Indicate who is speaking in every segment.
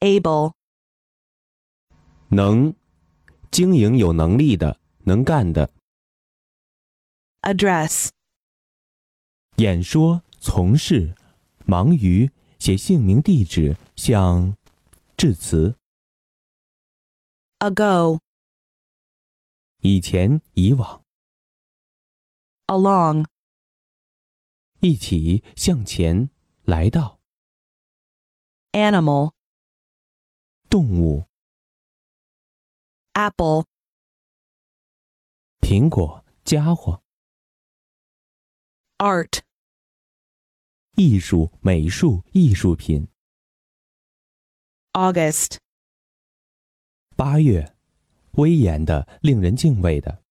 Speaker 1: able,
Speaker 2: 能，经营有能力的、能干的，
Speaker 1: address,
Speaker 2: 演说、从事、忙于写姓名、地址，向致辞。
Speaker 1: ago,
Speaker 2: 以前、以往，
Speaker 1: along,
Speaker 2: 一起向前，来到
Speaker 1: animal,
Speaker 2: 动物、
Speaker 1: apple,
Speaker 2: 苹果、家伙、
Speaker 1: art,
Speaker 2: 艺术、美术、艺术品。
Speaker 1: August,
Speaker 2: 八月，威严的、令人敬畏的。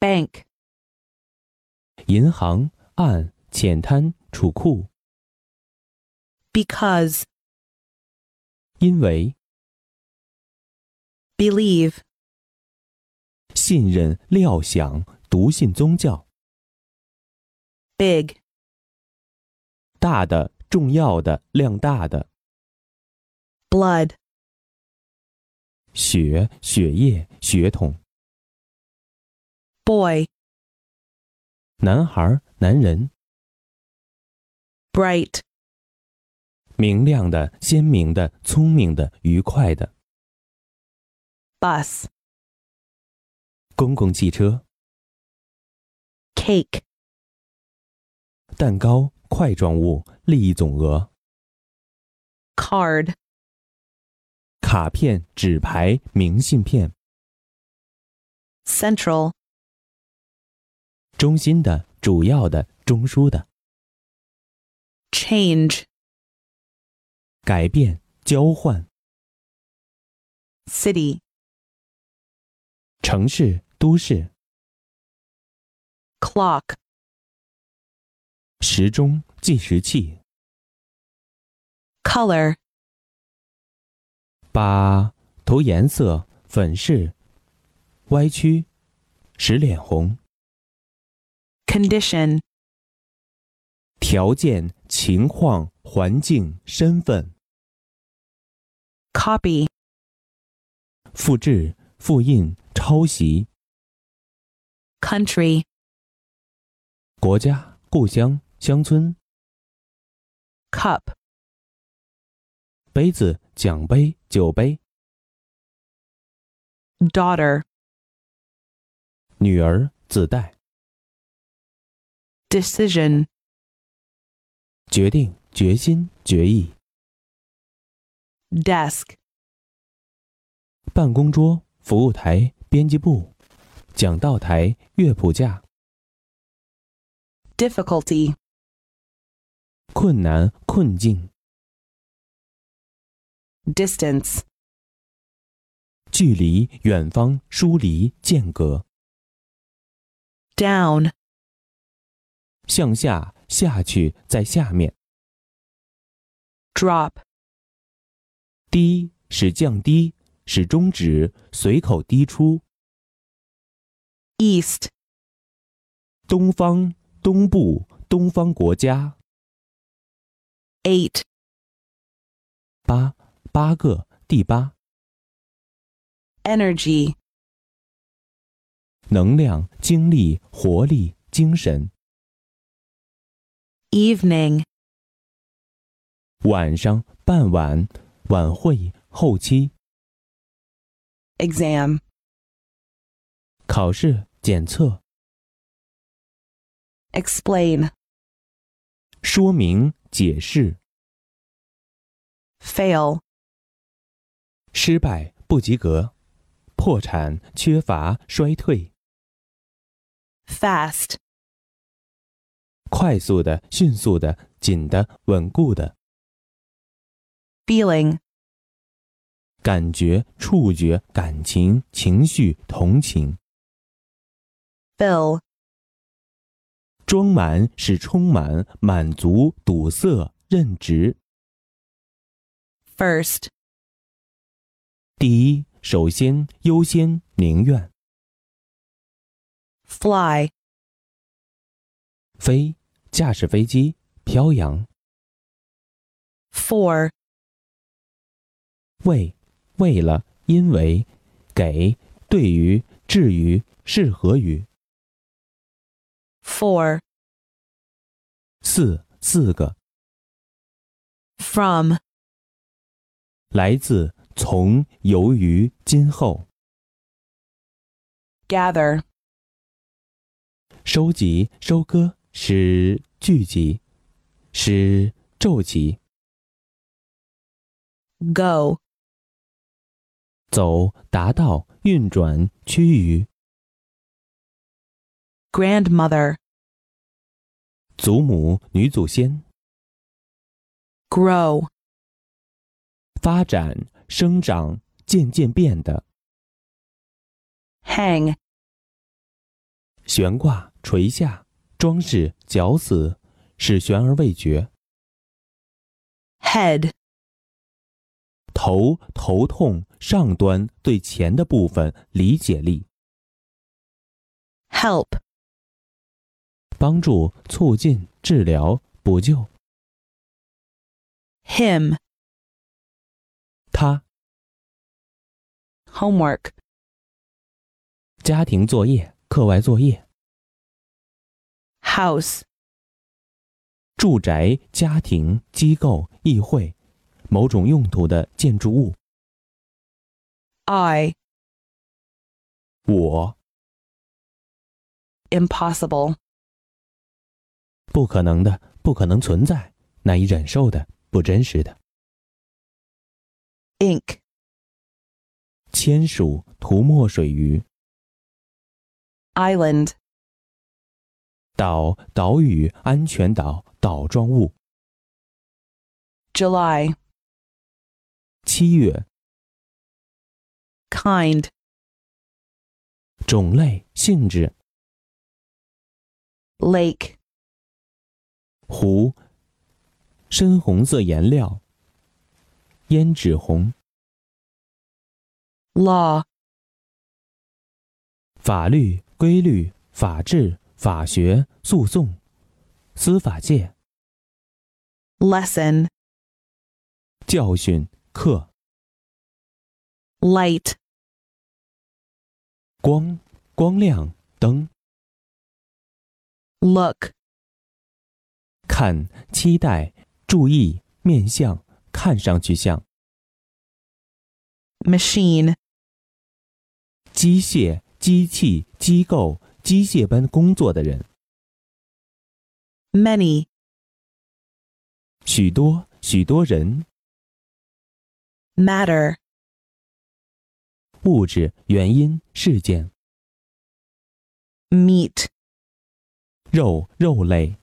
Speaker 1: bank,
Speaker 2: 银行、按、浅滩、储库，
Speaker 1: because,
Speaker 2: 因为
Speaker 1: believe,
Speaker 2: 信任、料想、笃信宗教，
Speaker 1: big,
Speaker 2: 大的、重要的、量大的，
Speaker 1: blood,
Speaker 2: 血、血液、血统，
Speaker 1: boy,
Speaker 2: 男孩、男人，
Speaker 1: bright,
Speaker 2: 明亮的、鲜明的、聪明的、愉快的，
Speaker 1: bus,
Speaker 2: 公共汽车、
Speaker 1: cake,
Speaker 2: 蛋糕、块状物、利益总额、
Speaker 1: card,
Speaker 2: 卡片、纸牌、明信片，
Speaker 1: central,
Speaker 2: 中心的、主要的、中枢的，
Speaker 1: change,
Speaker 2: 改变、交换。
Speaker 1: city,
Speaker 2: 城市、都市、
Speaker 1: clock,
Speaker 2: 时钟、计时器、
Speaker 1: color,
Speaker 2: 把头颜色、粉饰、歪曲、使脸红、
Speaker 1: condition,
Speaker 2: 条件、情况、环境、身份、
Speaker 1: copy,
Speaker 2: 复制、复印、抄袭、
Speaker 1: country,
Speaker 2: 国家、故乡、乡村、
Speaker 1: cup,
Speaker 2: 杯子、奖杯、酒杯、
Speaker 1: daughter,
Speaker 2: 女儿、子代、
Speaker 1: decision,
Speaker 2: 决定、决心、决议、
Speaker 1: desk,
Speaker 2: 办公桌、服务台、编辑部、讲道台、乐谱架。
Speaker 1: difficulty,
Speaker 2: 困难、困境、
Speaker 1: distance,
Speaker 2: 距离、远方、疏离、间隔、
Speaker 1: down,
Speaker 2: 向下、下去、在下面、
Speaker 1: drop,
Speaker 2: 低，使降低，使中指随口滴出。
Speaker 1: east,
Speaker 2: 东方、东部、东方国家，
Speaker 1: eight,
Speaker 2: 八八个第八，
Speaker 1: energy,
Speaker 2: 能量、精力、活力、精神。
Speaker 1: evening,
Speaker 2: 晚上、傍晚、晚会、后期、
Speaker 1: exam,
Speaker 2: 考试、检测、
Speaker 1: explain,
Speaker 2: 说明、解释。
Speaker 1: fail,
Speaker 2: 失败、不及格、破产、缺乏、衰退、
Speaker 1: fast,
Speaker 2: 快速的、迅速的、紧的、稳固的
Speaker 1: feeling,
Speaker 2: 感觉、触觉、感情、情绪、同情，
Speaker 1: fill,
Speaker 2: 装满是充满、满足、堵塞、任职。
Speaker 1: first,
Speaker 2: 第一，首先、优先、宁愿、
Speaker 1: fly,
Speaker 2: 飞，驾驶飞机、飘扬、
Speaker 1: for,
Speaker 2: 为、为了、因为、给、对于、至于、适合于。
Speaker 1: for,
Speaker 2: 四四个
Speaker 1: from,
Speaker 2: 来自从、由于、今后。
Speaker 1: gather,
Speaker 2: 收集、收割使聚集，使骤集。
Speaker 1: go,
Speaker 2: 走、达到、运转、趋于。
Speaker 1: grandmother,
Speaker 2: 祖母、女祖先。
Speaker 1: grow,
Speaker 2: 发展、生长、渐渐变得。
Speaker 1: hang,
Speaker 2: 悬挂、垂下、装饰、绞死，使悬而未决。
Speaker 1: head,
Speaker 2: 头、头痛、上端对前的部分理解力，
Speaker 1: help,
Speaker 2: 帮助、促进、治疗、补救。
Speaker 1: him,
Speaker 2: 他
Speaker 1: homework,
Speaker 2: 家庭作业、课外作业、
Speaker 1: house,
Speaker 2: 住宅、家庭、机构、议会，某种用途的建筑物。
Speaker 1: I,
Speaker 2: 我
Speaker 1: impossible,
Speaker 2: 不可能的，不可能存在，难以忍受的，不真实的。
Speaker 1: ink,
Speaker 2: 签署、涂墨水鱼。
Speaker 1: island,
Speaker 2: 岛、岛屿、安全岛、岛状物。
Speaker 1: July,
Speaker 2: 七月，
Speaker 1: kind,
Speaker 2: 种类、性质。
Speaker 1: lake,
Speaker 2: 湖，深红色颜料，胭脂红。
Speaker 1: law,
Speaker 2: 法律、规律、法治、法学、诉讼，司法界。
Speaker 1: lesson,
Speaker 2: 教训、课、
Speaker 1: light,
Speaker 2: 光、光亮、灯。
Speaker 1: look,
Speaker 2: 看、期待、注意、面相、看上去像
Speaker 1: machine,
Speaker 2: 机械、机器、机构、机械般工作的人。
Speaker 1: many,
Speaker 2: 许多许多人、
Speaker 1: matter,
Speaker 2: 物质、原因、事件、
Speaker 1: meat,
Speaker 2: 肉、肉类、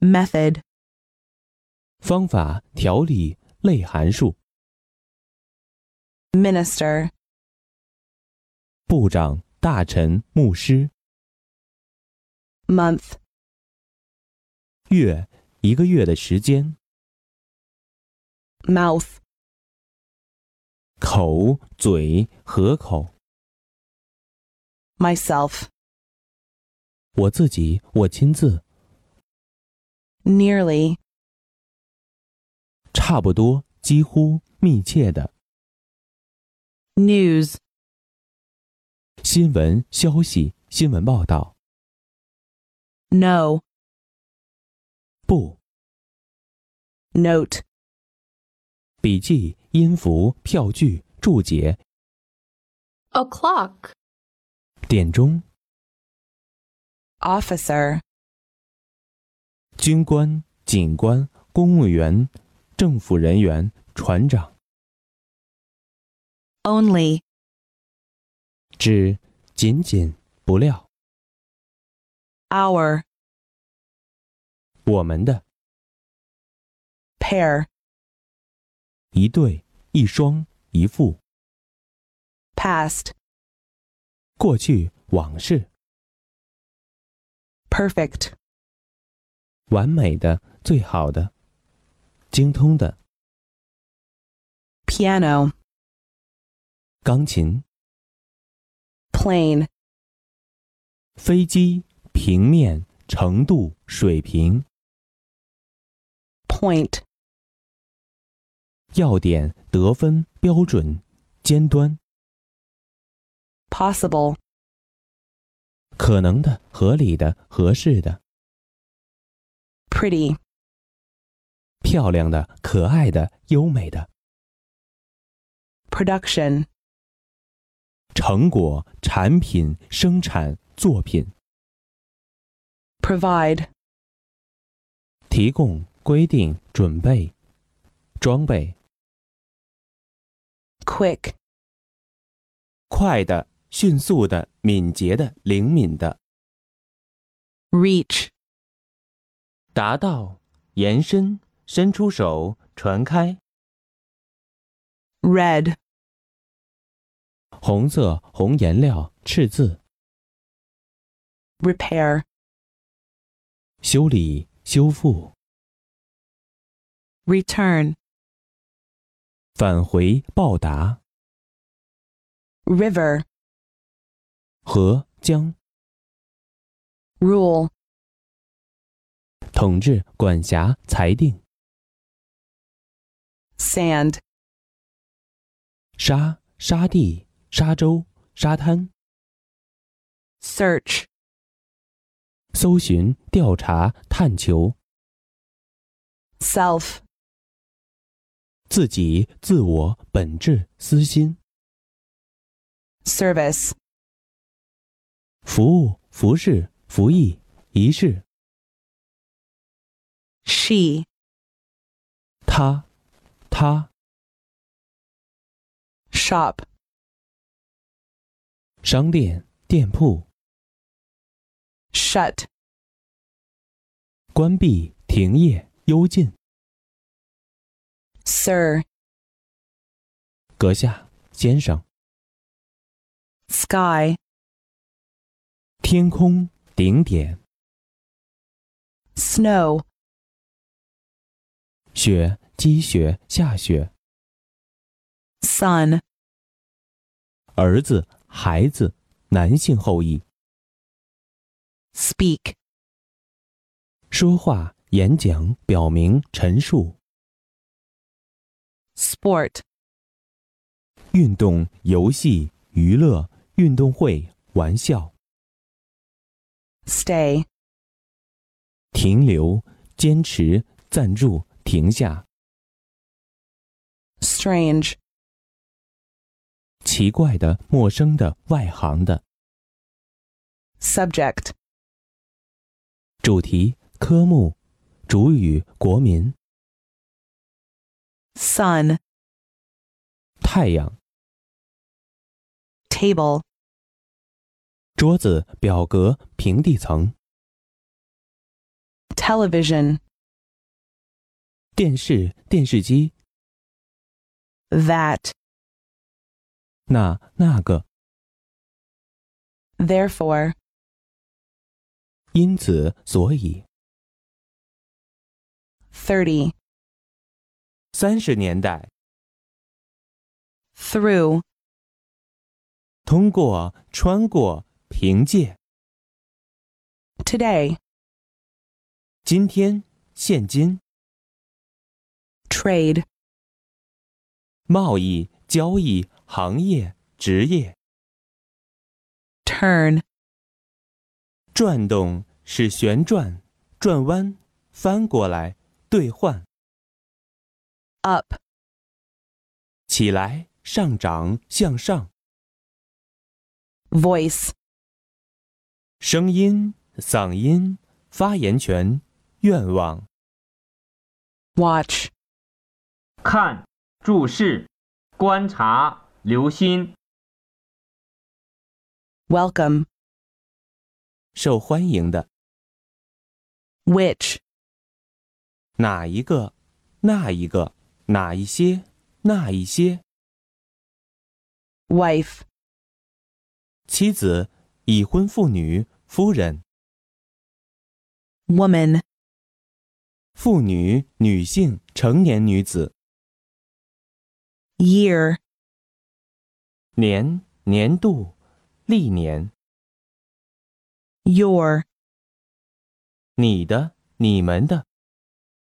Speaker 1: method,
Speaker 2: 方法、条理、类函数、
Speaker 1: minister,
Speaker 2: 部长、大臣、牧师、
Speaker 1: month,
Speaker 2: 月、一个月的时间、
Speaker 1: mouth,
Speaker 2: 口、嘴、合口。
Speaker 1: myself,
Speaker 2: 我自己，我亲自，
Speaker 1: nearly,
Speaker 2: 差不多，几乎，密切的
Speaker 1: news,
Speaker 2: 新闻消息、新闻报道。
Speaker 1: no,
Speaker 2: 不，
Speaker 1: note,
Speaker 2: 笔记、音符、票据、注解、
Speaker 3: o'clock,
Speaker 2: 点钟、
Speaker 1: officer,
Speaker 2: 军官、警官、公务员、政府人员、船长，
Speaker 1: only,
Speaker 2: 只仅仅不料
Speaker 1: our,
Speaker 2: 我们的
Speaker 1: pair,
Speaker 2: 一对、一双、一副
Speaker 1: past,
Speaker 2: 过去往事，
Speaker 1: perfect,
Speaker 2: 完美的、最好的、精通的
Speaker 1: piano,
Speaker 2: 钢琴、
Speaker 1: plane,
Speaker 2: 飞机、平面、程度、水平、
Speaker 1: point,
Speaker 2: 要点、得分标准、尖端、
Speaker 1: possible,
Speaker 2: 可能的、合理的、合适的、
Speaker 1: pretty,
Speaker 2: 漂亮的、可爱的、优美的、
Speaker 1: production,
Speaker 2: 成果、产品、生产、作品、
Speaker 1: provide,
Speaker 2: 提供、规定、准备、装备、
Speaker 1: quick,
Speaker 2: 快的、迅速的、敏捷的、灵敏的、
Speaker 1: reach,
Speaker 2: 达到、延伸、伸出手、传开。
Speaker 1: red,
Speaker 2: 红色、红颜料、赤字、
Speaker 1: repair,
Speaker 2: 修理、修复、
Speaker 1: return,
Speaker 2: 返回、报答、
Speaker 1: river,
Speaker 2: 和将、
Speaker 1: rule,
Speaker 2: 统治、管辖、裁定、
Speaker 1: sand,
Speaker 2: 沙、沙地、沙洲、沙滩、
Speaker 1: search,
Speaker 2: 搜寻、调查、探求、
Speaker 1: self,
Speaker 2: 自己、自我、本质、私心、
Speaker 1: service,
Speaker 2: 服务、服饰、服役、仪式、
Speaker 1: she,
Speaker 2: 他、他、
Speaker 1: shop,
Speaker 2: 商店、店铺、
Speaker 1: shut,
Speaker 2: 关闭、停业、幽禁。
Speaker 1: sir,
Speaker 2: 阁下、先生、
Speaker 1: sky,
Speaker 2: 天空、顶点、
Speaker 1: snow,
Speaker 2: 雪、积雪、下雪、
Speaker 1: sun,
Speaker 2: 儿子、孩子、男性后裔、
Speaker 1: speak,
Speaker 2: 说话、演讲、表明、陈述、
Speaker 1: sport,
Speaker 2: 运动、游戏、娱乐、运动会、玩笑、
Speaker 1: stay,
Speaker 2: 停留、坚持、赞助、停下、
Speaker 1: strange,
Speaker 2: 奇怪的、陌生的、外行的、
Speaker 1: subject,
Speaker 2: 主题、科目、主语、国民、
Speaker 1: sun,
Speaker 2: 太阳、
Speaker 1: table,
Speaker 2: 桌子、表格、平地层、
Speaker 1: television,
Speaker 2: 电视、电视机、
Speaker 1: that,
Speaker 2: 那那个，
Speaker 1: therefore,
Speaker 2: 因此所以，
Speaker 1: 30,
Speaker 2: 三十年代
Speaker 1: through,
Speaker 2: 通过、穿过、凭借、
Speaker 1: today,
Speaker 2: 今天、现今、
Speaker 1: trade,
Speaker 2: 贸易、交易、行业、职业、
Speaker 1: turn,
Speaker 2: 转动是旋转、转弯、翻过来、兑换、
Speaker 1: up,
Speaker 2: 起来、上涨、向上、
Speaker 1: voice,
Speaker 2: 声音、嗓音、发言权、愿望。
Speaker 1: watch,
Speaker 3: 看、注视、观察、留心。
Speaker 1: welcome,
Speaker 2: 受欢迎的
Speaker 1: which,
Speaker 2: 哪一个，那一个，哪一些，那一些，
Speaker 1: wife,
Speaker 2: 妻子、已婚妇女、夫人、
Speaker 1: woman,
Speaker 2: 妇女、女性、成年女子、
Speaker 1: year,
Speaker 2: 年、年度、历年、
Speaker 1: your,
Speaker 2: 你的、你们的、